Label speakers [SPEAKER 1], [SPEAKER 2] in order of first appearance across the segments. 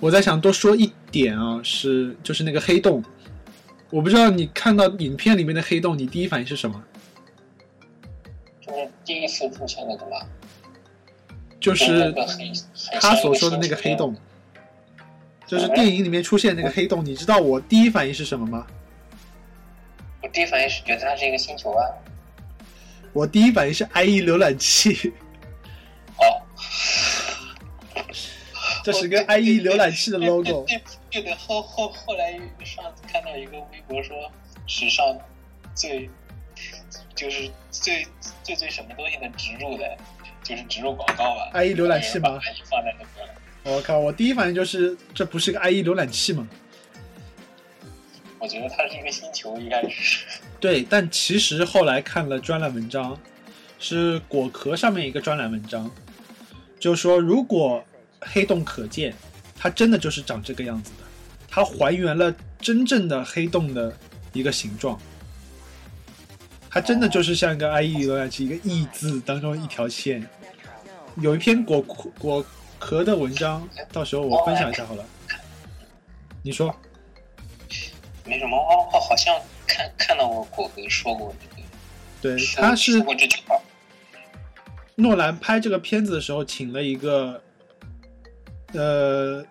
[SPEAKER 1] 我在想多说一点啊，是就是那个黑洞，我不知道你看到影片里面的黑洞，你第一反应是什么？
[SPEAKER 2] 就是第一次出现那个嘛，
[SPEAKER 1] 就是
[SPEAKER 2] 那个黑黑
[SPEAKER 1] 他所说的那个黑洞，就是电影里面出现那个黑洞。你知道我第一反应是什么吗？
[SPEAKER 2] 我第一反应是觉得它是一个星球啊。
[SPEAKER 1] 我第一反应是 IE 浏览器，
[SPEAKER 2] 哦，
[SPEAKER 1] 这是跟 IE 浏览器的 logo。
[SPEAKER 2] 对对对，后后后来上次看到一个微博说，史上最就是最最最什么东西的植入的，就是植入广告吧。
[SPEAKER 1] IE 浏览器吗
[SPEAKER 2] 把 IE 放在那个，
[SPEAKER 1] 我靠，我第一反应就是这不是个 IE 浏览器吗？
[SPEAKER 2] 我觉得它是一个星球，一开始。
[SPEAKER 1] 对，但其实后来看了专栏文章，是果壳上面一个专栏文章，就说如果黑洞可见，它真的就是长这个样子的，它还原了真正的黑洞的一个形状，它真的就是像一个 IE 浏览器一个 E 字当中一条线。有一篇果壳果壳的文章，到时候我分享一下好了。你说，
[SPEAKER 2] 没什么哦，哦好像看看到过果哥说过这个，
[SPEAKER 1] 对，
[SPEAKER 2] 说
[SPEAKER 1] 它是
[SPEAKER 2] 说过这句话，
[SPEAKER 1] 诺兰拍这个片子的时候，请了一个呃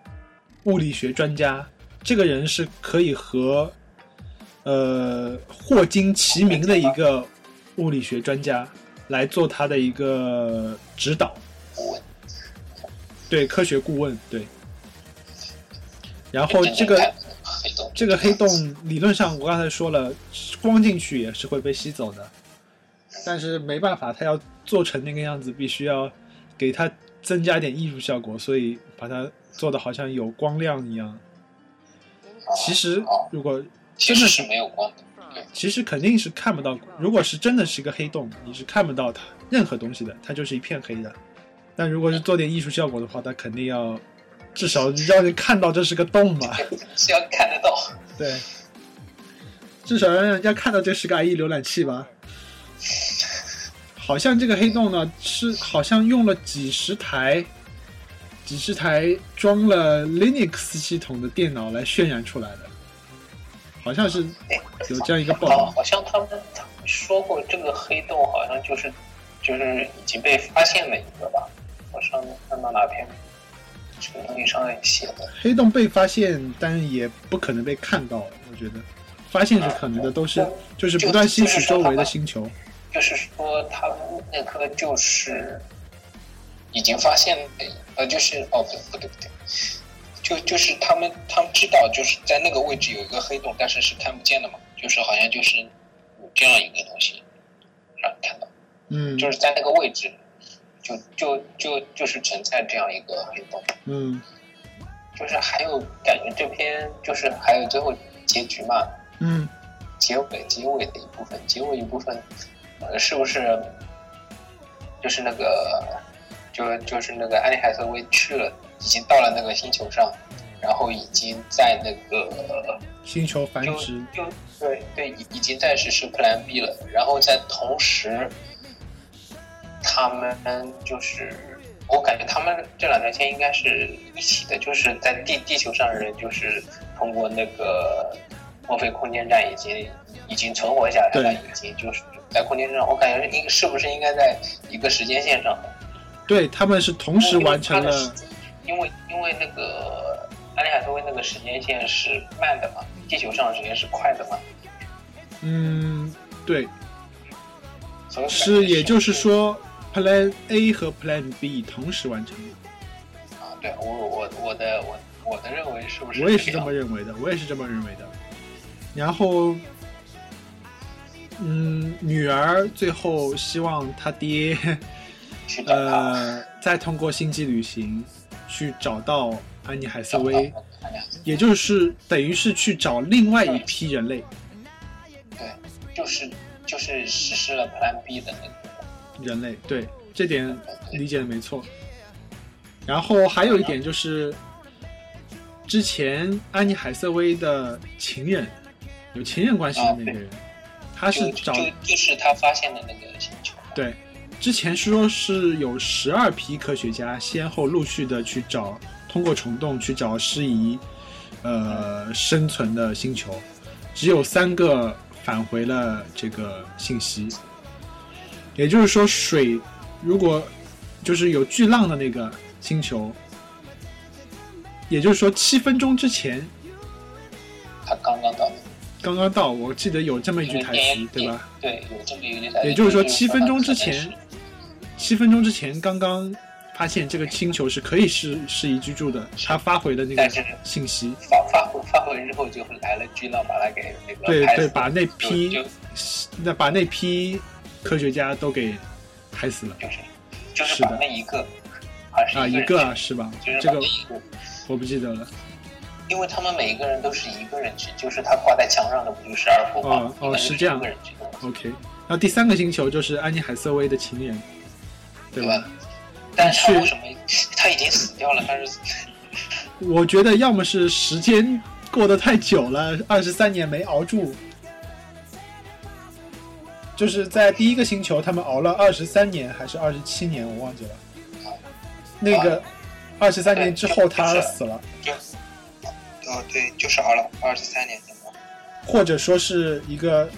[SPEAKER 1] 物理学专家，这个人是可以和呃霍金齐名的一个物理学专家来做他的一个指导，
[SPEAKER 2] 我
[SPEAKER 1] 对科学顾问，对。然后哎这个
[SPEAKER 2] 黑洞，
[SPEAKER 1] 这个黑洞理论上我刚才说了，光进去也是会被吸走的，但是没办法，它要做成那个样子，必须要给它增加点艺术效果，所以把它做的好像有光亮一样。其实
[SPEAKER 2] 哦
[SPEAKER 1] 如果
[SPEAKER 2] 其实是没有光的，对，
[SPEAKER 1] 其实肯定是看不到，如果是真的是一个黑洞，你是看不到它任何东西的，它就是一片黑的。但如果是做点艺术效果的话，它肯定要至少让人看到这是个洞嘛。
[SPEAKER 2] 是要看得到。
[SPEAKER 1] 对，至少让人家看到这是个 IE 浏览器吧。好像这个黑洞呢，是好像用了几十台、几十台装了 Linux 系统的电脑来渲染出来的，好像是有这样一个报
[SPEAKER 2] 哦，
[SPEAKER 1] 道。
[SPEAKER 2] 好像他们他们说过这个黑洞好像就是就是已经被发现的一个吧，我上次看到哪篇这个东西上面写的，
[SPEAKER 1] 黑洞被发现，但也不可能被看到，我觉得发现是可能的，都
[SPEAKER 2] 哦
[SPEAKER 1] 是就是不断吸取周围的星球。
[SPEAKER 2] 就是说他们那颗就是已经发现的，呃，就是哦不对不对不对，就就是他们他们知道就是在那个位置有一个黑洞，但是是看不见的嘛，就是好像就是有这样一个东西让你看到。
[SPEAKER 1] 嗯
[SPEAKER 2] 就是在那个位置，就就就就是存在这样一个黑洞。
[SPEAKER 1] 嗯
[SPEAKER 2] 就是还有感觉这篇就是还有最后结局嘛，
[SPEAKER 1] 嗯，
[SPEAKER 2] 结尾结尾的一部分，结尾一部分，呃，是不是就是那个就就是那个安妮海瑟薇去了，已经到了那个星球上，然后已经在那个
[SPEAKER 1] 星球繁
[SPEAKER 2] 就
[SPEAKER 1] 殖。
[SPEAKER 2] 就对对，已已经暂时是 Plan B 了。然后在同时，他们就是我感觉他们这两条线应该是一起的，就是在地地球上的人就是通过那个墨菲空间站已经已经存活下来
[SPEAKER 1] 对
[SPEAKER 2] 了，已经就是在空间站，我感觉应该是不是应该在一个时间线上的？
[SPEAKER 1] 对，他们是同时完成了，
[SPEAKER 2] 因为因为那个安利海瑟薇那个时间线是慢的嘛，地球上的时间是快的嘛。
[SPEAKER 1] 嗯，对，
[SPEAKER 2] 所以我感觉
[SPEAKER 1] 是，也就是，说，Plan A 和 Plan B 同时完成了。
[SPEAKER 2] 啊，对我我我的我我的认为是不是？
[SPEAKER 1] 我也是这么
[SPEAKER 2] 认。
[SPEAKER 1] 认为的，我也是这么认为的。然后，嗯，女儿最后希望她爹，
[SPEAKER 2] 去找他，
[SPEAKER 1] 呃，再通过星际旅行去找到安妮海瑟
[SPEAKER 2] 找到
[SPEAKER 1] 薇，
[SPEAKER 2] 他俩，
[SPEAKER 1] 也就是等于是去找另外一批人类
[SPEAKER 2] 对，就是就是实施了 Plan B 的那个
[SPEAKER 1] 人类，对，这点
[SPEAKER 2] 对对
[SPEAKER 1] 理解的没错。然后还有一点就是，之前安妮海瑟薇的情人，有情人关系的那个人，他是
[SPEAKER 2] 啊就
[SPEAKER 1] 找
[SPEAKER 2] 就就是他发现的那个星球，
[SPEAKER 1] 对，之前是说是有十二批科学家先后陆续的去找，通过虫洞去找适宜呃生存的星球，只有三个返回了这个信息。也就是说，水如果就是有巨浪的那个星球，也就是说七分钟之前
[SPEAKER 2] 他刚刚到，
[SPEAKER 1] 刚刚到，我记得有这么一句台
[SPEAKER 2] 电
[SPEAKER 1] 词
[SPEAKER 2] 影，
[SPEAKER 1] 嗯对吧？？
[SPEAKER 2] 对，有这么一个台词。
[SPEAKER 1] 也就是说
[SPEAKER 2] 它
[SPEAKER 1] 7分钟之前
[SPEAKER 2] 可能是
[SPEAKER 1] 七分钟之前刚刚发现这个星球是可以适适宜居住的，他发回的那个
[SPEAKER 2] 但是
[SPEAKER 1] 信息，
[SPEAKER 2] 发发回发回之后，就来了巨浪，把它给那个
[SPEAKER 1] 对
[SPEAKER 2] 呃拍死
[SPEAKER 1] 对，
[SPEAKER 2] 了
[SPEAKER 1] 把那
[SPEAKER 2] 就
[SPEAKER 1] 批
[SPEAKER 2] 就
[SPEAKER 1] 那把那批科学家都给害死了
[SPEAKER 2] 就是就是
[SPEAKER 1] 是
[SPEAKER 2] 把
[SPEAKER 1] 的
[SPEAKER 2] 那一个还是
[SPEAKER 1] 啊，一
[SPEAKER 2] 一
[SPEAKER 1] 个
[SPEAKER 2] 人
[SPEAKER 1] 啊是吧
[SPEAKER 2] 去，？就是
[SPEAKER 1] 这
[SPEAKER 2] 把
[SPEAKER 1] 个
[SPEAKER 2] 那一个，
[SPEAKER 1] 我不记得了。
[SPEAKER 2] 因为他们每一个人都是一个人去，就是他挂在墙上的不就是二幅画
[SPEAKER 1] 哦
[SPEAKER 2] 吗？
[SPEAKER 1] 哦
[SPEAKER 2] 那就是
[SPEAKER 1] 这样
[SPEAKER 2] 一个人去的，
[SPEAKER 1] OK，那第三个星球就是安妮海瑟薇的情人，对吧？
[SPEAKER 2] 吧？但是他
[SPEAKER 1] 去
[SPEAKER 2] 为什么他已经死掉了？但是
[SPEAKER 1] 我觉得要么是时间过得太久了，二十三年没熬住，就是在第一个星球他们熬了二十三年还是二十七年，我忘记了。那个二十三年之后他死了，
[SPEAKER 2] 就哦对，就是熬了二十三年的嘛。
[SPEAKER 1] 或者说是一个，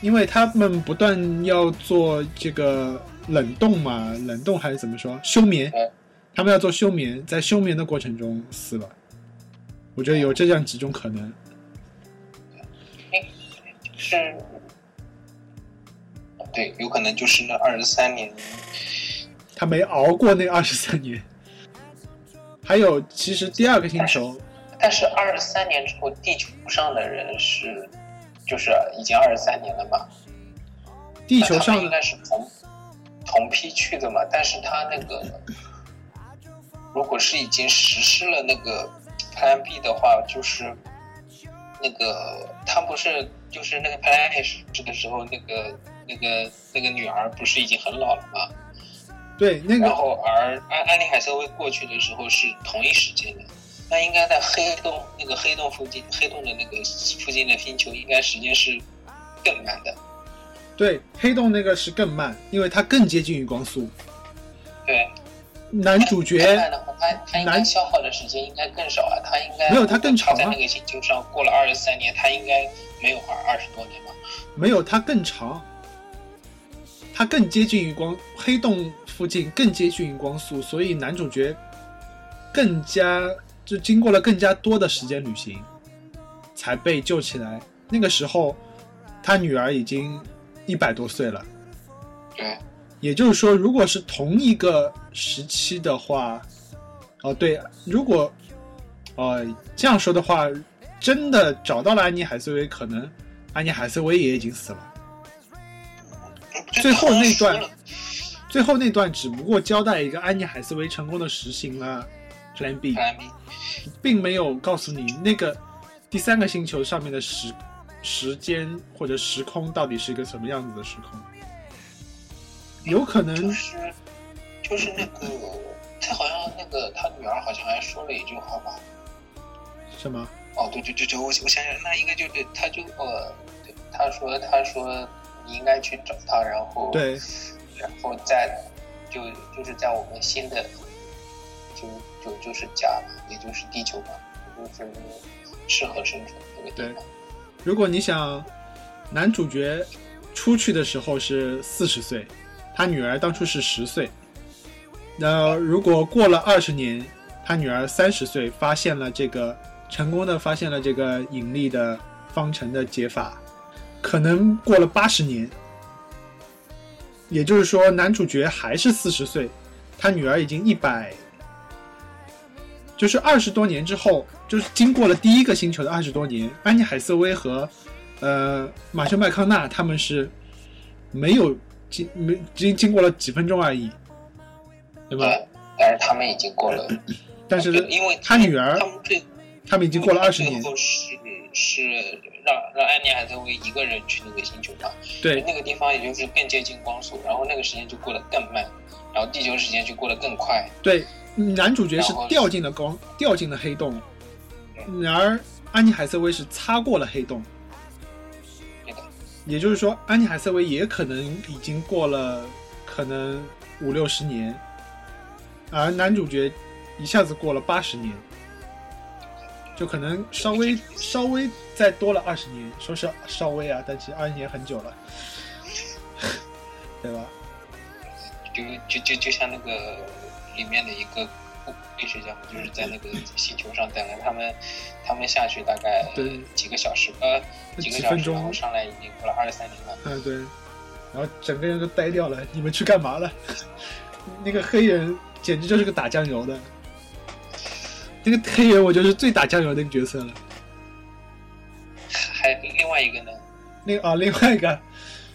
[SPEAKER 1] 因为他们不断要做这个冷冻嘛，冷冻还是怎么说休眠
[SPEAKER 2] 对，
[SPEAKER 1] 他们要做休眠，在休眠的过程中死了。我觉得有这样几种可能。
[SPEAKER 2] 是，对，有可能就是那二十三年，
[SPEAKER 1] 他没熬过那二十三年。还有，其实第二个星球，
[SPEAKER 2] 但是二十三年之后，地球上的人是，就是已经二十三年了嘛，
[SPEAKER 1] 地球
[SPEAKER 2] 那他们
[SPEAKER 1] 上
[SPEAKER 2] 应该是同同批去的嘛，但是他那个如果是已经实施了那个 Plan B 的话，就是那个他不是就是那个 Plan A 实施的时候，那个那个那个女儿不是已经很老了嘛，
[SPEAKER 1] 对那
[SPEAKER 2] 然
[SPEAKER 1] 个
[SPEAKER 2] 后而安安利海瑟薇过去的时候是同一时间的，那应该在黑洞那个黑洞附近，黑洞的那个附近的星球应该时间是更慢的，
[SPEAKER 1] 对黑洞那个是更慢，因为它更接近于光速。
[SPEAKER 2] 对。
[SPEAKER 1] 男主
[SPEAKER 2] 更
[SPEAKER 1] 角
[SPEAKER 2] 慢的话，他他应该
[SPEAKER 1] 男
[SPEAKER 2] 消耗的时间应该更少啊，他应该
[SPEAKER 1] 没有他更长啊
[SPEAKER 2] 他在那个星球上过了二十三年，他应该没有二二十多年吧？
[SPEAKER 1] 没有它更长，它更接近于光黑洞附近，更接近于光速，所以男主角更加就经过了更加多的时间旅行，才被救起来。那个时候，他女儿已经一百多岁了。
[SPEAKER 2] 对，
[SPEAKER 1] 也就是说，如果是同一个时期的话，哦对，如果呃这样说的话，真的找到了安妮海瑟薇，可能安妮海瑟薇也已经死了。最后那段
[SPEAKER 2] 就他说了
[SPEAKER 1] 最后那段只不过交代一个安妮海瑟薇成功的实行了 Plan B，
[SPEAKER 2] Plan B
[SPEAKER 1] 并没有告诉你那个第三个星球上面的时时间或者时空到底是一个什么样子的时空。有可
[SPEAKER 2] 就
[SPEAKER 1] 能
[SPEAKER 2] 是就是那个，他好像那个他女儿好像还说了一句话吧？
[SPEAKER 1] 什么？
[SPEAKER 2] 哦，对对对对，我我想想，那应该就对，他就呃，对他说他说你应该去找他，然后
[SPEAKER 1] 对，
[SPEAKER 2] 然后在就就是在我们新的就就就是家嘛，也就是地球嘛，就是适合生存这个地方。
[SPEAKER 1] 如果你想，男主角出去的时候是四十岁，他女儿当初是十岁。那如果过了二十年，他女儿三十岁，发现了这个成功的发现了这个引力的方程的解法，可能过了八十年，也就是说男主角还是四十岁，他女儿已经一百，就是二十多年之后，就是经过了第一个星球的二十多年，安妮海瑟薇和呃马修麦康纳他们是没有经没经经过了几分钟而已，对吧？呃
[SPEAKER 2] 对，但是他们已经过了，
[SPEAKER 1] 但是
[SPEAKER 2] 对因为
[SPEAKER 1] 他女儿
[SPEAKER 2] 他们最
[SPEAKER 1] 他们已经过了二十
[SPEAKER 2] 因为
[SPEAKER 1] 年
[SPEAKER 2] 他，们最后是是让让安妮海瑟薇一个人去那个星球嘛，
[SPEAKER 1] 对
[SPEAKER 2] 那个地方也就是更接近光速，然后那个时间就过得更慢，然后地球时间就过得更快。
[SPEAKER 1] 对，男主角是
[SPEAKER 2] 然后
[SPEAKER 1] 掉进了光，掉进了黑洞，然而安妮海瑟薇是擦过了黑洞，
[SPEAKER 2] 对的，
[SPEAKER 1] 也就是说，安妮海瑟薇也可能已经过了可能五六十年，而男主角一下子过了八十年，就可能稍微稍微再多了二十年，说是稍微啊，但其实二十年很久了， 对吧？
[SPEAKER 2] 就就就就像那个里面的一个历史家，就是在
[SPEAKER 1] 嗯
[SPEAKER 2] 那个星球上等了他们，他们下去大概
[SPEAKER 1] 对
[SPEAKER 2] 几个小时呃几个
[SPEAKER 1] 几
[SPEAKER 2] 小
[SPEAKER 1] 分
[SPEAKER 2] 时，
[SPEAKER 1] 钟
[SPEAKER 2] 然后上来已经过了二十三年了。
[SPEAKER 1] 嗯，对，然后整个人都呆掉了。你们去干嘛了？ 那个黑人简直就是个打酱油的，那个黑人我觉得是最打酱油的那个角色了。
[SPEAKER 2] 还另外一个呢，
[SPEAKER 1] 另啊，另外一个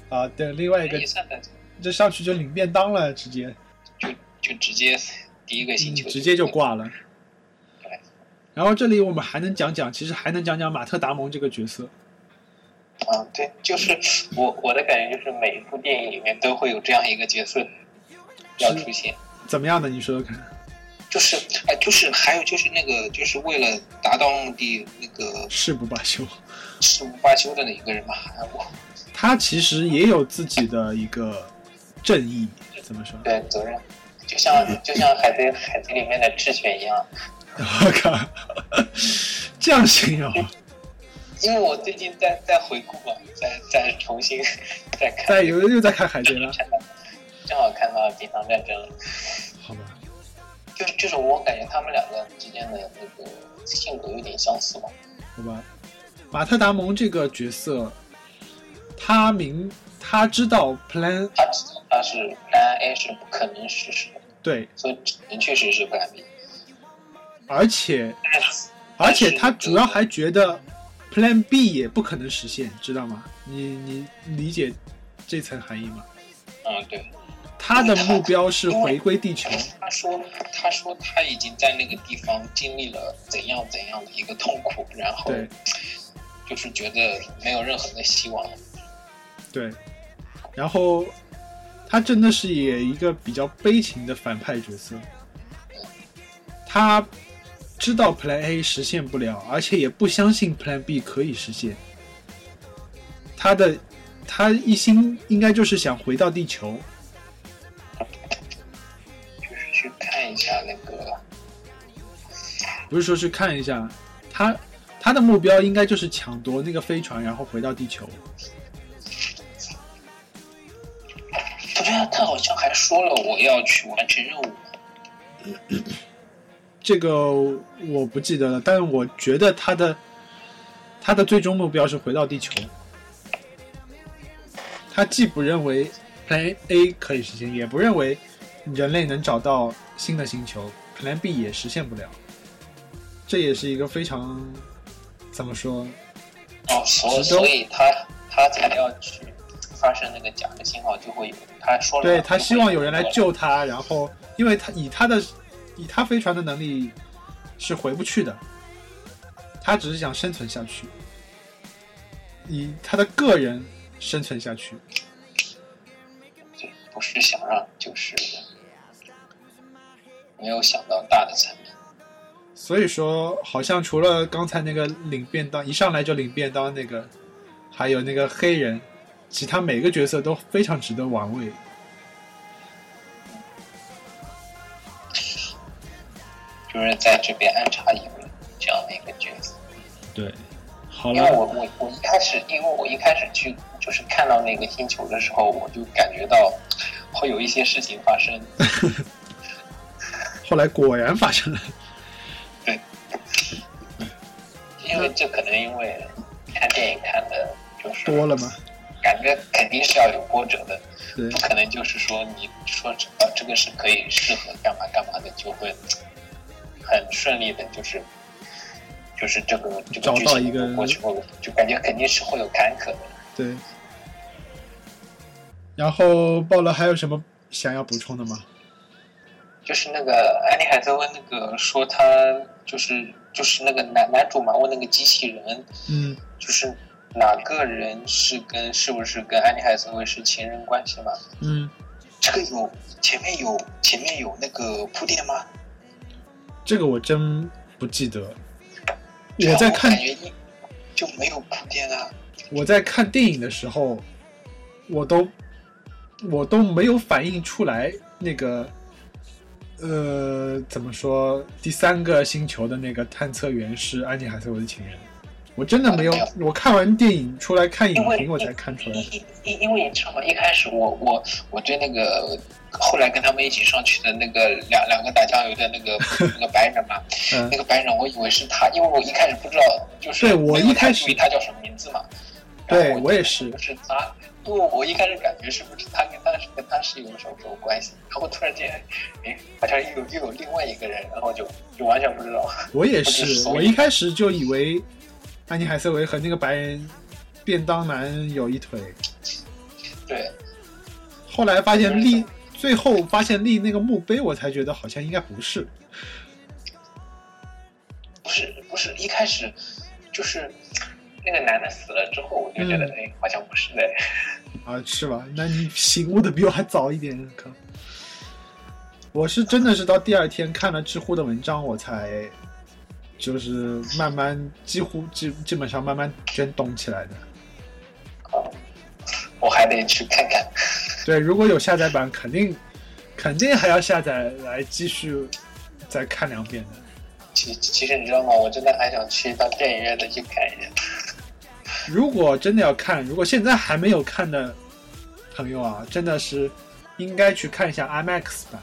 [SPEAKER 1] 啊，对，另外一个
[SPEAKER 2] 也算的，
[SPEAKER 1] 这上去就领便当了，直接
[SPEAKER 2] 就就直接第一个星球、
[SPEAKER 1] 嗯直接就挂了
[SPEAKER 2] 对。
[SPEAKER 1] 然后这里我们还能讲讲，其实还能讲讲马特·达蒙这个角色。
[SPEAKER 2] 啊，对，就是我我的感觉就是每一部电影里面都会有这样一个角色要出现，
[SPEAKER 1] 怎么样的？你说说看。
[SPEAKER 2] 就是哎，就是还有就是那个就是为了达到目的那个
[SPEAKER 1] 誓不罢休。
[SPEAKER 2] 誓不罢休的那一个人嘛，哎我
[SPEAKER 1] 他其实也有自己的一个正义，怎么说？
[SPEAKER 2] 对责任，就像就像海贼海贼里面的智犬一样，
[SPEAKER 1] 我靠，这样形容？
[SPEAKER 2] 因为我最近在在回顾嘛，在在重新 再看
[SPEAKER 1] 在哎又又在看海贼了？
[SPEAKER 2] 看到，正好看到地方战争了。
[SPEAKER 1] 好吧，
[SPEAKER 2] 就就是我感觉他们两个之间的那个性格有点相似吧。
[SPEAKER 1] 好吧。马特·达蒙这个角色，他明他知道 Plan
[SPEAKER 2] 他知道他是 Plan A 是不可能实施的，
[SPEAKER 1] 对，
[SPEAKER 2] 所以只能确实是 Plan B。
[SPEAKER 1] 而且
[SPEAKER 2] 但是
[SPEAKER 1] 而且他主要还觉得 Plan B 也不可能实现，知道吗？你你理解这层含义吗？
[SPEAKER 2] 嗯，对，
[SPEAKER 1] 他的目标是回归地球，
[SPEAKER 2] 他说他说他已经在那个地方经历了怎样怎样的一个痛苦，然后
[SPEAKER 1] 对
[SPEAKER 2] 就是觉得没有任何的希望。
[SPEAKER 1] 对。然后他真的是也一个比较悲情的反派角色，他知道 Plan A 实现不了，而且也不相信 Plan B 可以实现。他的他一心应该就是想回到地球，
[SPEAKER 2] 就是去看一下那个，
[SPEAKER 1] 不是说去看一下，他他的目标应该就是抢夺那个飞船，然后回到地球。
[SPEAKER 2] 不是他好像还说了我要去完成任务。
[SPEAKER 1] 这个我不记得了，但是我觉得他的他的最终目标是回到地球。他既不认为 Plan A 可以实现，也不认为人类能找到新的星球，Plan B 也实现不了。这也是一个非常怎么说？
[SPEAKER 2] 哦，所
[SPEAKER 1] 直播
[SPEAKER 2] 所以他他才要去发射那个假的信号，就会有他说了，
[SPEAKER 1] 对他希望有人来。救他，然后因为他以他的以他飞船的能力是回不去的，他只是想生存下去，以他的个人生存下去。
[SPEAKER 2] 不是想让，就是没有想到大的层面。
[SPEAKER 1] 所以说，好像除了刚才那个领便当一上来就领便当那个，还有那个黑人，其他每个角色都非常值得玩味。
[SPEAKER 2] 就是在这边安插一个这样的一个角色。
[SPEAKER 1] 对，好
[SPEAKER 2] 因为我我我一开始，因为我一开始去就是看到那个星球的时候，我就感觉到会有一些事情发生。
[SPEAKER 1] 后来果然发生了。
[SPEAKER 2] 因
[SPEAKER 1] 嗯
[SPEAKER 2] 为这可能因为看电影看的就是
[SPEAKER 1] 多了吗？
[SPEAKER 2] 感觉肯定是要有波折的，
[SPEAKER 1] 对
[SPEAKER 2] 不可能就是说你说这个这个是可以适合干嘛干嘛的，就会很顺利的，就是就是这个这
[SPEAKER 1] 找
[SPEAKER 2] 个
[SPEAKER 1] 到
[SPEAKER 2] 剧情
[SPEAKER 1] 一个
[SPEAKER 2] 过去后，就感觉肯定是会有坎坷的。
[SPEAKER 1] 对。然后鲍乐还有什么想要补充的吗？
[SPEAKER 2] 就是那个安妮海瑟薇那个说她就是就是那个男男主嘛，问那个机器人
[SPEAKER 1] 嗯，
[SPEAKER 2] 就是哪个人是跟是不是跟安妮海瑟薇是情人关系嘛？
[SPEAKER 1] 嗯，
[SPEAKER 2] 这个有前面有前面有那个铺垫吗？
[SPEAKER 1] 这个我真不记得。
[SPEAKER 2] 这
[SPEAKER 1] 我
[SPEAKER 2] 样
[SPEAKER 1] 在看
[SPEAKER 2] 感觉一就没有铺垫啊。
[SPEAKER 1] 我在看电影的时候，我都我都没有反应出来那个呃，怎么说？第三个星球的那个探测员是安妮海瑟薇的情人。我真的没有，我看完电影出来看影
[SPEAKER 2] 因为
[SPEAKER 1] 评，我才看出来。
[SPEAKER 2] 因因因为你知道吗？一开始我我我对那个后来跟他们一起上去的那个两两个打酱油的 那个那个白人嘛，
[SPEAKER 1] 嗯
[SPEAKER 2] 那，个白人我以为是他，因为我一开始不知道，就是
[SPEAKER 1] 对我
[SPEAKER 2] 没有
[SPEAKER 1] 一开
[SPEAKER 2] 太
[SPEAKER 1] 始
[SPEAKER 2] 注意他叫什么名字嘛。
[SPEAKER 1] 对
[SPEAKER 2] 然后
[SPEAKER 1] 我也
[SPEAKER 2] 就是是他，因为我一开始感觉是不是他跟他是跟他是有什么什么关系，然后突然间，哎，好像又有又有另外一个人，然后就就完全不知道。
[SPEAKER 1] 我也，
[SPEAKER 2] 我就是 所以
[SPEAKER 1] 我一开始就以为安妮海瑟薇和那个白人便当男有一腿，
[SPEAKER 2] 对，
[SPEAKER 1] 后来发现立，最后发现立那个墓碑，我才觉得好像应该不是。
[SPEAKER 2] 不是不是，一开始就是那个男的死了之后，我就觉得、
[SPEAKER 1] 嗯
[SPEAKER 2] 哎，好像不是的。
[SPEAKER 1] 啊，是吧？那你醒悟的比我还早一点，靠！我是真的是到第二天看了知乎的文章，我才就是慢慢几乎基基本上慢慢全懂起来的。
[SPEAKER 2] 我还得去看看。
[SPEAKER 1] 对，如果有下载版，肯定肯定还要下载来继续再看两遍的。
[SPEAKER 2] 其其实你知道吗？我真的还想去到电影院再去看一眼。
[SPEAKER 1] 如果真的要看，如果现在还没有看的朋友啊，真的是应该去看一下 IMAX 版，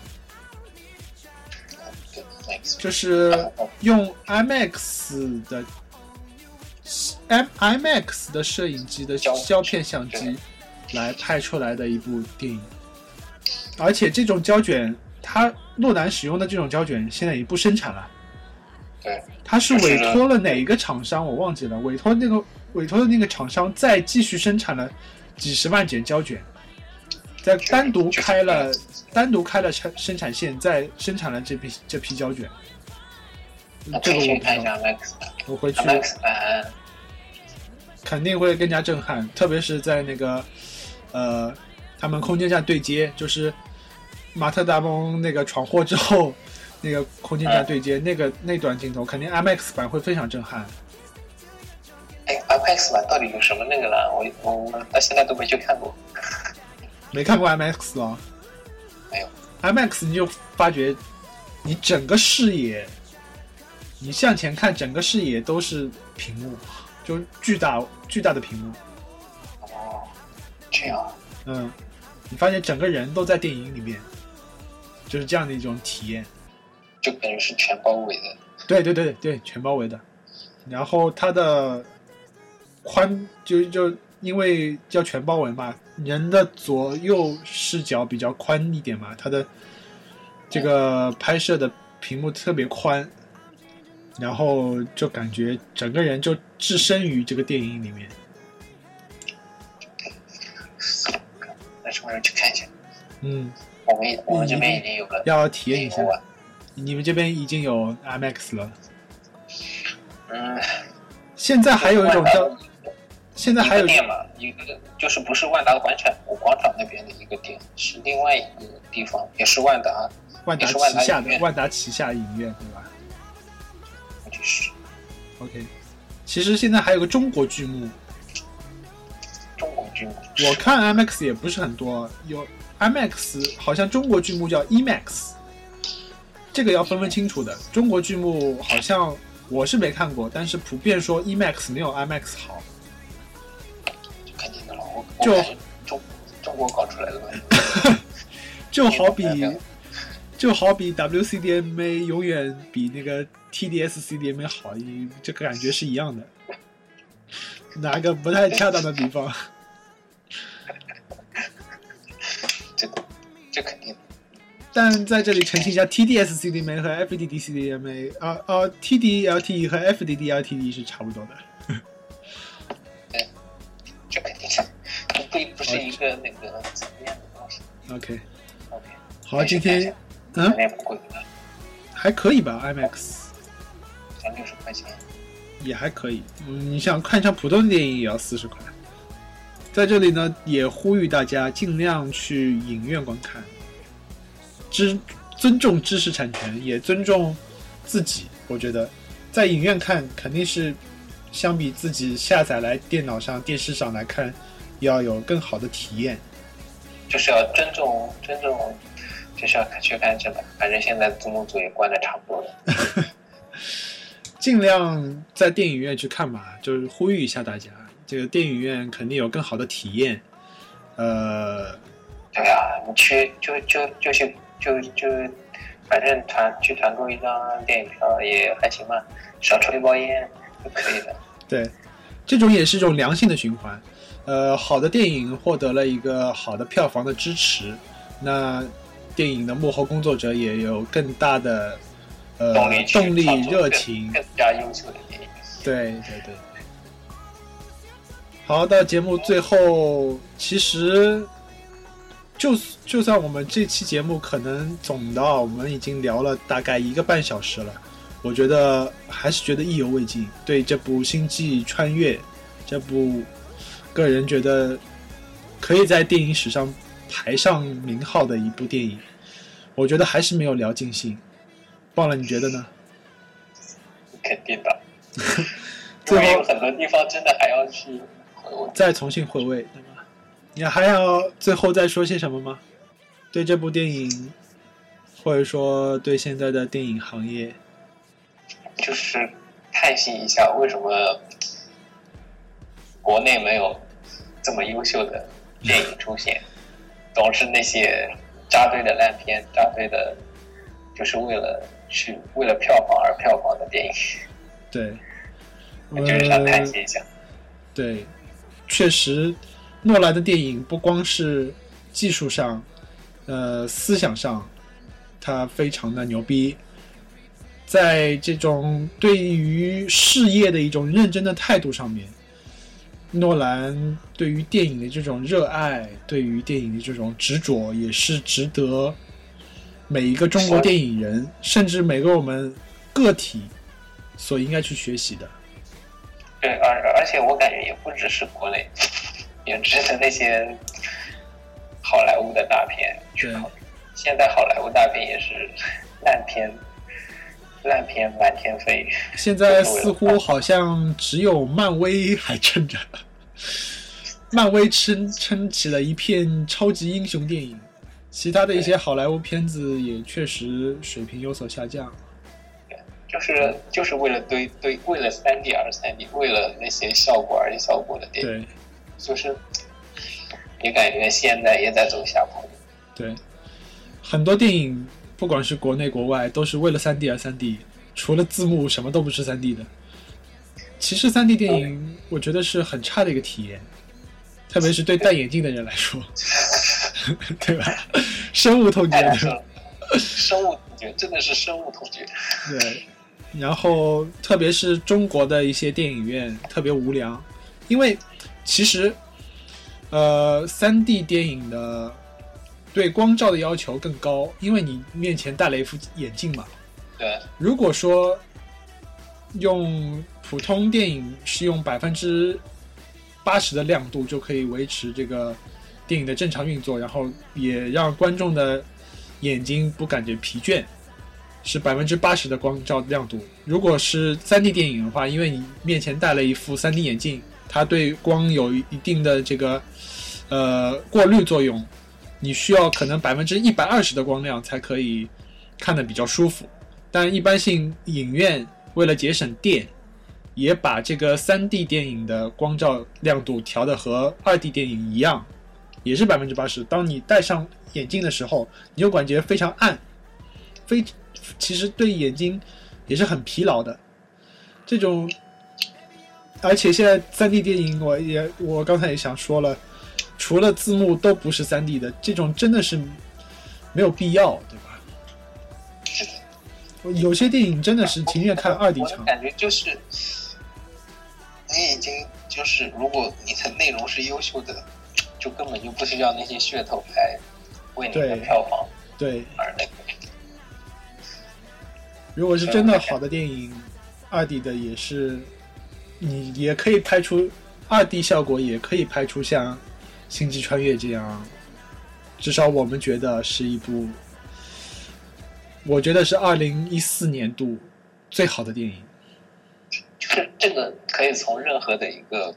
[SPEAKER 2] 对，thanks
[SPEAKER 1] 就是用 IMAX 的 M IMAX 的摄影机的
[SPEAKER 2] 胶
[SPEAKER 1] 胶片相机
[SPEAKER 2] 对
[SPEAKER 1] 来拍出来的一部电影，而且这种胶卷，它诺兰使用的这种胶卷现在已不生产了，
[SPEAKER 2] 对，
[SPEAKER 1] 它是委托了哪一个厂商，我忘记了，委托那个委托的那个厂商再继续生产了几十万卷胶卷，再单独开了单独开了产生产线，再生产了这批这批胶卷。
[SPEAKER 2] 我
[SPEAKER 1] 这
[SPEAKER 2] 可
[SPEAKER 1] 个
[SPEAKER 2] 以
[SPEAKER 1] 我
[SPEAKER 2] 去
[SPEAKER 1] 不
[SPEAKER 2] 看
[SPEAKER 1] 知
[SPEAKER 2] 一
[SPEAKER 1] 道，
[SPEAKER 2] 下 Max 版
[SPEAKER 1] 我回去
[SPEAKER 2] ，Max 啊版
[SPEAKER 1] 肯定会更加震撼，特别是在那个呃他们空间站对接，就是马特·达蒙那个闯祸之后那个空间站对
[SPEAKER 2] 嗯
[SPEAKER 1] 接、那个那段镜头，肯定 IMAX 版会非常震撼。
[SPEAKER 2] 哎，IMAX 版到底有什么那个了？我我到现在都没去看过。
[SPEAKER 1] 没看过 IMAX 哦，
[SPEAKER 2] 嗯没有
[SPEAKER 1] IMAX 你就发觉你整个视野，你向前看整个视野都是屏幕，就巨大巨大的屏幕，
[SPEAKER 2] 哦，这样，
[SPEAKER 1] 嗯，你发现整个人都在电影里面，就是这样的一种体验。
[SPEAKER 2] 就感觉是全包围的。
[SPEAKER 1] 对对对对，全包围的。然后它的宽就就因为叫全包围嘛，人的左右视角比较宽一点嘛，它的这个拍摄的屏幕特别宽，然后就感觉整个人就置身于这个电影里面。
[SPEAKER 2] 那什么时候去看一下？
[SPEAKER 1] 嗯，
[SPEAKER 2] 我们也我们这边已经有了，啊
[SPEAKER 1] 要体验一
[SPEAKER 2] 已
[SPEAKER 1] 下
[SPEAKER 2] 经。完。
[SPEAKER 1] 你们这边已经有 IMAX 了，
[SPEAKER 2] 嗯，
[SPEAKER 1] 现在还有一种 叫现在还
[SPEAKER 2] 一
[SPEAKER 1] 有
[SPEAKER 2] 个
[SPEAKER 1] 一
[SPEAKER 2] 店嘛，一个就是不是万达广场广场那边的一个店，是另外一个地方，也是万达，
[SPEAKER 1] 万达
[SPEAKER 2] 也是万达
[SPEAKER 1] 旗下
[SPEAKER 2] 影
[SPEAKER 1] 的
[SPEAKER 2] 院
[SPEAKER 1] 万达旗下影院对吧？
[SPEAKER 2] 就是。
[SPEAKER 1] OK，其实现在还有个中国剧目，
[SPEAKER 2] 中国军，
[SPEAKER 1] 我看 IMAX 也不是很多，有 IMAX 好像中国剧目叫 IMAX，这个要分分清楚的。中国剧目好像我是没看过，但是普遍说 IMAX 没有 IMAX 好。
[SPEAKER 2] 肯定的了。我
[SPEAKER 1] 就
[SPEAKER 2] 我感觉中中国搞出来的吧，
[SPEAKER 1] 就好比
[SPEAKER 2] 明白了
[SPEAKER 1] 就好比 WCDMA 永远比那个 TDS CDMA 好，一这个感觉是一样的。拿个不太恰当的比方，
[SPEAKER 2] 这个这肯定的。
[SPEAKER 1] 但在这里澄清一下，TDS CDMA 和 FDD CDMA 啊啊，TDLTE 和 FDD LTE E 是差不多的。
[SPEAKER 2] 这肯定不不是一个那个层面的东西。
[SPEAKER 1] OK，
[SPEAKER 2] OK，
[SPEAKER 1] 好，今天嗯
[SPEAKER 2] 反正也不贵，
[SPEAKER 1] 还可以吧，IMAX
[SPEAKER 2] 才六十块钱。
[SPEAKER 1] 也还可以。嗯，你想看一场普通的电影也要四十块。在这里呢，也呼吁大家尽量去影院观看，知尊重知识产权，也尊重自己。我觉得在影院看肯定是相比自己下载来电脑上、电视上来看，要有更好的体验。
[SPEAKER 2] 就是要尊重尊重这是要去看这的。反正现在字幕组也关的差不多了。
[SPEAKER 1] 尽量在电影院去看吧，就是呼吁一下大家，这个电影院肯定有更好的体验。呃，
[SPEAKER 2] 对啊，你去就就就去就就，反正团去团购一张电影票也还行吧，少抽一包烟就可以了。
[SPEAKER 1] 对，这种也是一种良性的循环。呃，好的电影获得了一个好的票房的支持，那电影的幕后工作者也有更大的呃
[SPEAKER 2] 动力去
[SPEAKER 1] 动力
[SPEAKER 2] 创作
[SPEAKER 1] 热
[SPEAKER 2] 更
[SPEAKER 1] 情。
[SPEAKER 2] 更加优秀的电影。
[SPEAKER 1] 对对对。好，到节目最后，其实就就算我们这期节目可能总的啊，我们已经聊了大概一个半小时了，我觉得还是觉得意犹未尽。对这部《星际穿越》这部，个人觉得可以在电影史上排上名号的一部电影，我觉得还是没有聊尽兴。忘了，你觉得呢？
[SPEAKER 2] 肯定 的。因
[SPEAKER 1] 最后
[SPEAKER 2] 为有很多地方真的还要去回味。
[SPEAKER 1] 再重新回味，对吧？你还要最后再说些什么吗？对这部电影，或者说对现在的电影行业，
[SPEAKER 2] 就是叹息一下，为什么国内没有这么优秀的电影出现，总是那些扎堆的烂片，扎堆的，就是为了去为了票房而票房的电影，
[SPEAKER 1] 对，
[SPEAKER 2] 就是想叹
[SPEAKER 1] 呃，
[SPEAKER 2] 息一下。
[SPEAKER 1] 对，确实，诺兰的电影不光是技术上，呃，思想上，他非常的牛逼，在这种对于事业的一种认真的态度上面，诺兰对于电影的这种热爱，对于电影的这种执着，也是值得每一个中国电影人，甚至每个我们个体所应该去学习的。
[SPEAKER 2] 对，而而且我感觉也不只是国内，也值得那些好莱坞的大片去考虑。现在好莱坞大片也是烂片，烂片满天飞。
[SPEAKER 1] 现在似乎好像只有漫威还撑着，漫威撑撑起了一片超级英雄电影，其他的一些好莱坞片子也确实水平有所下降。
[SPEAKER 2] 就是就是为了堆堆，为了三 D 而三 D，为了那些效果而效果的电影，
[SPEAKER 1] 对
[SPEAKER 2] 就是也感觉现在也在走下坡路。
[SPEAKER 1] 对，很多电影不管是国内国外，都是为了三 D 而三 D，除了字幕什么都不是三 D 的。其实三 D 电影我觉得是很差的一个体验，特别是对戴眼镜的人来说， 对吧？深恶痛绝，
[SPEAKER 2] 太
[SPEAKER 1] 对
[SPEAKER 2] 难受
[SPEAKER 1] 吧？
[SPEAKER 2] 了，生物痛觉真的是生物痛觉。
[SPEAKER 1] 对，然后特别是中国的一些电影院特别无良，因为其实呃三 D 电影的对光照的要求更高，因为你面前戴了一副眼镜嘛。
[SPEAKER 2] 对，
[SPEAKER 1] 如果说用普通电影是用百分之八十的亮度就可以维持这个电影的正常运作，然后也让观众的眼睛不感觉疲倦，是百分之八十的光照亮度。如果是三 D 电影的话，因为你面前戴了一副三 D 眼镜，它对光有一定的这个呃过滤作用，你需要可能百分之一百二十的光亮才可以看得比较舒服。但一般性影院为了节省电，也把这个三 D 电影的光照亮度调的和二 D 电影一样，也是百分之八十。当你戴上眼镜的时候，你就感觉非常暗，非其实对眼睛也是很疲劳的。这种，而且现在三 D 电影，我也我刚才也想说了，除了字幕都不是三 D 的，这种真的是没有必要，对吧？
[SPEAKER 2] 是的。
[SPEAKER 1] 有些电影真的是情愿看二 D
[SPEAKER 2] 我的
[SPEAKER 1] 场，
[SPEAKER 2] 感觉就是你已经就是，如果你的内容是优秀的，就根本就不需要那些噱头来为你的
[SPEAKER 1] 对
[SPEAKER 2] 票房
[SPEAKER 1] 对。
[SPEAKER 2] 而那个。
[SPEAKER 1] 如果是真的好的电影，二 D 的也是，你也可以拍出二 D 效果，也可以拍出像《星际穿越》这样，至少我们觉得是一部，我觉得是二零一四年度最好的电影。
[SPEAKER 2] 就是这个可以从任何的一个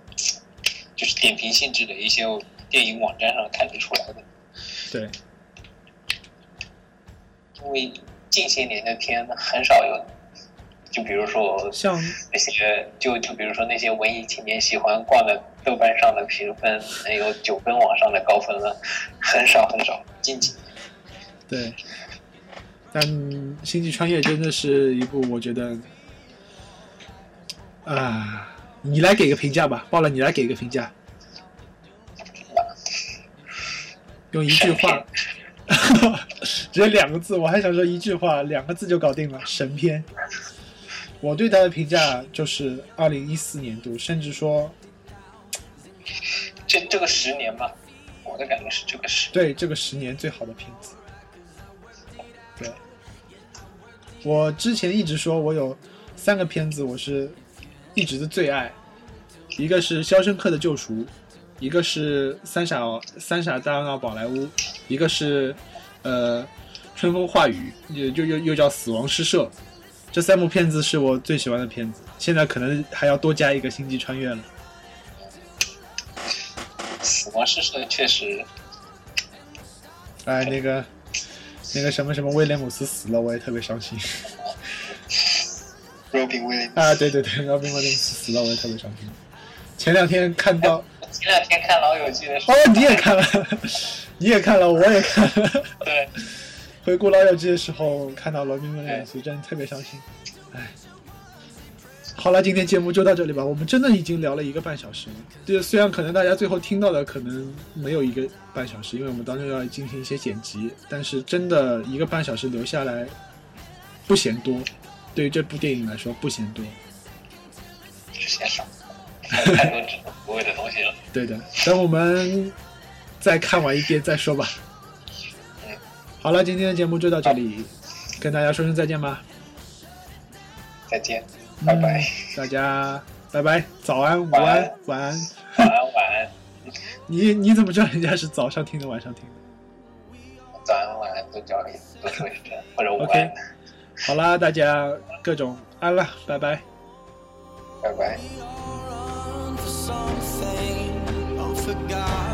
[SPEAKER 2] 就是点评性质的一些电影网站上看得出来的。
[SPEAKER 1] 对，
[SPEAKER 2] 因为近些年的片很少有，就比如说
[SPEAKER 1] 像
[SPEAKER 2] 那些就就比如说那些文艺青年喜欢逛的豆瓣上的评分能有九分往上的高分了，很少很少。近几年
[SPEAKER 1] 对，但《星际穿越》真的是一部我觉得啊，你来给个评价吧，报了你来给个评价，用一句话， 只有两个字，我还想说一句话，两个字就搞定了，神片。我对它的评价就是二零一四年度，甚至说
[SPEAKER 2] 这这个十年吧，我的感觉是这个十
[SPEAKER 1] 对这个十年最好的片子。对，我之前一直说我有三个片子我是一直的最爱，一个是《肖申克的救赎》，一个是《三傻三傻大闹宝莱坞》，一个是呃《春风化雨》，也就又又叫《死亡诗社》。这三部片子是我最喜欢的片子，现在可能还要多加一个《星际穿越》了。
[SPEAKER 2] 死亡诗社确实
[SPEAKER 1] 哎，那个那个什么什么威廉姆斯死了，我也特别伤心。
[SPEAKER 2] Robin Williams
[SPEAKER 1] 啊，对对对，然后冰威廉姆斯死了，我也特别伤心。前两天看到，
[SPEAKER 2] 前两天看《老友记》的时
[SPEAKER 1] 哦
[SPEAKER 2] 候，，
[SPEAKER 1] 你也看了， 你也看了，我也看了。
[SPEAKER 2] 对，
[SPEAKER 1] 回顾老友记的时候，看到罗宾威廉姆斯，真的特别伤心。哎，好了，今天节目就到这里吧。我们真的已经聊了一个半小时了，就是虽然可能大家最后听到的可能没有一个半小时，因为我们当中要进行一些剪辑，但是真的一个半小时留下来不嫌多，对于这部电影来说不嫌多。
[SPEAKER 2] 之前少，还有太多值得回味的东西了。
[SPEAKER 1] 对的，等我们再看完一遍再说吧。好了，今天的节目就到这里，跟大家说声再见吧，
[SPEAKER 2] 再见，拜拜
[SPEAKER 1] 嗯，大家拜拜，早安、午
[SPEAKER 2] 晚
[SPEAKER 1] 安
[SPEAKER 2] 安、
[SPEAKER 1] 晚安。
[SPEAKER 2] 晚安，晚安，
[SPEAKER 1] 你你怎么知道人家是早上听的，晚上听的？
[SPEAKER 2] 早安，晚安，都叫你，都说一声，或者午
[SPEAKER 1] OK
[SPEAKER 2] 安，
[SPEAKER 1] 好啦，大家各种安啦，拜拜。
[SPEAKER 2] 拜拜。
[SPEAKER 3] You're on to something I forgot.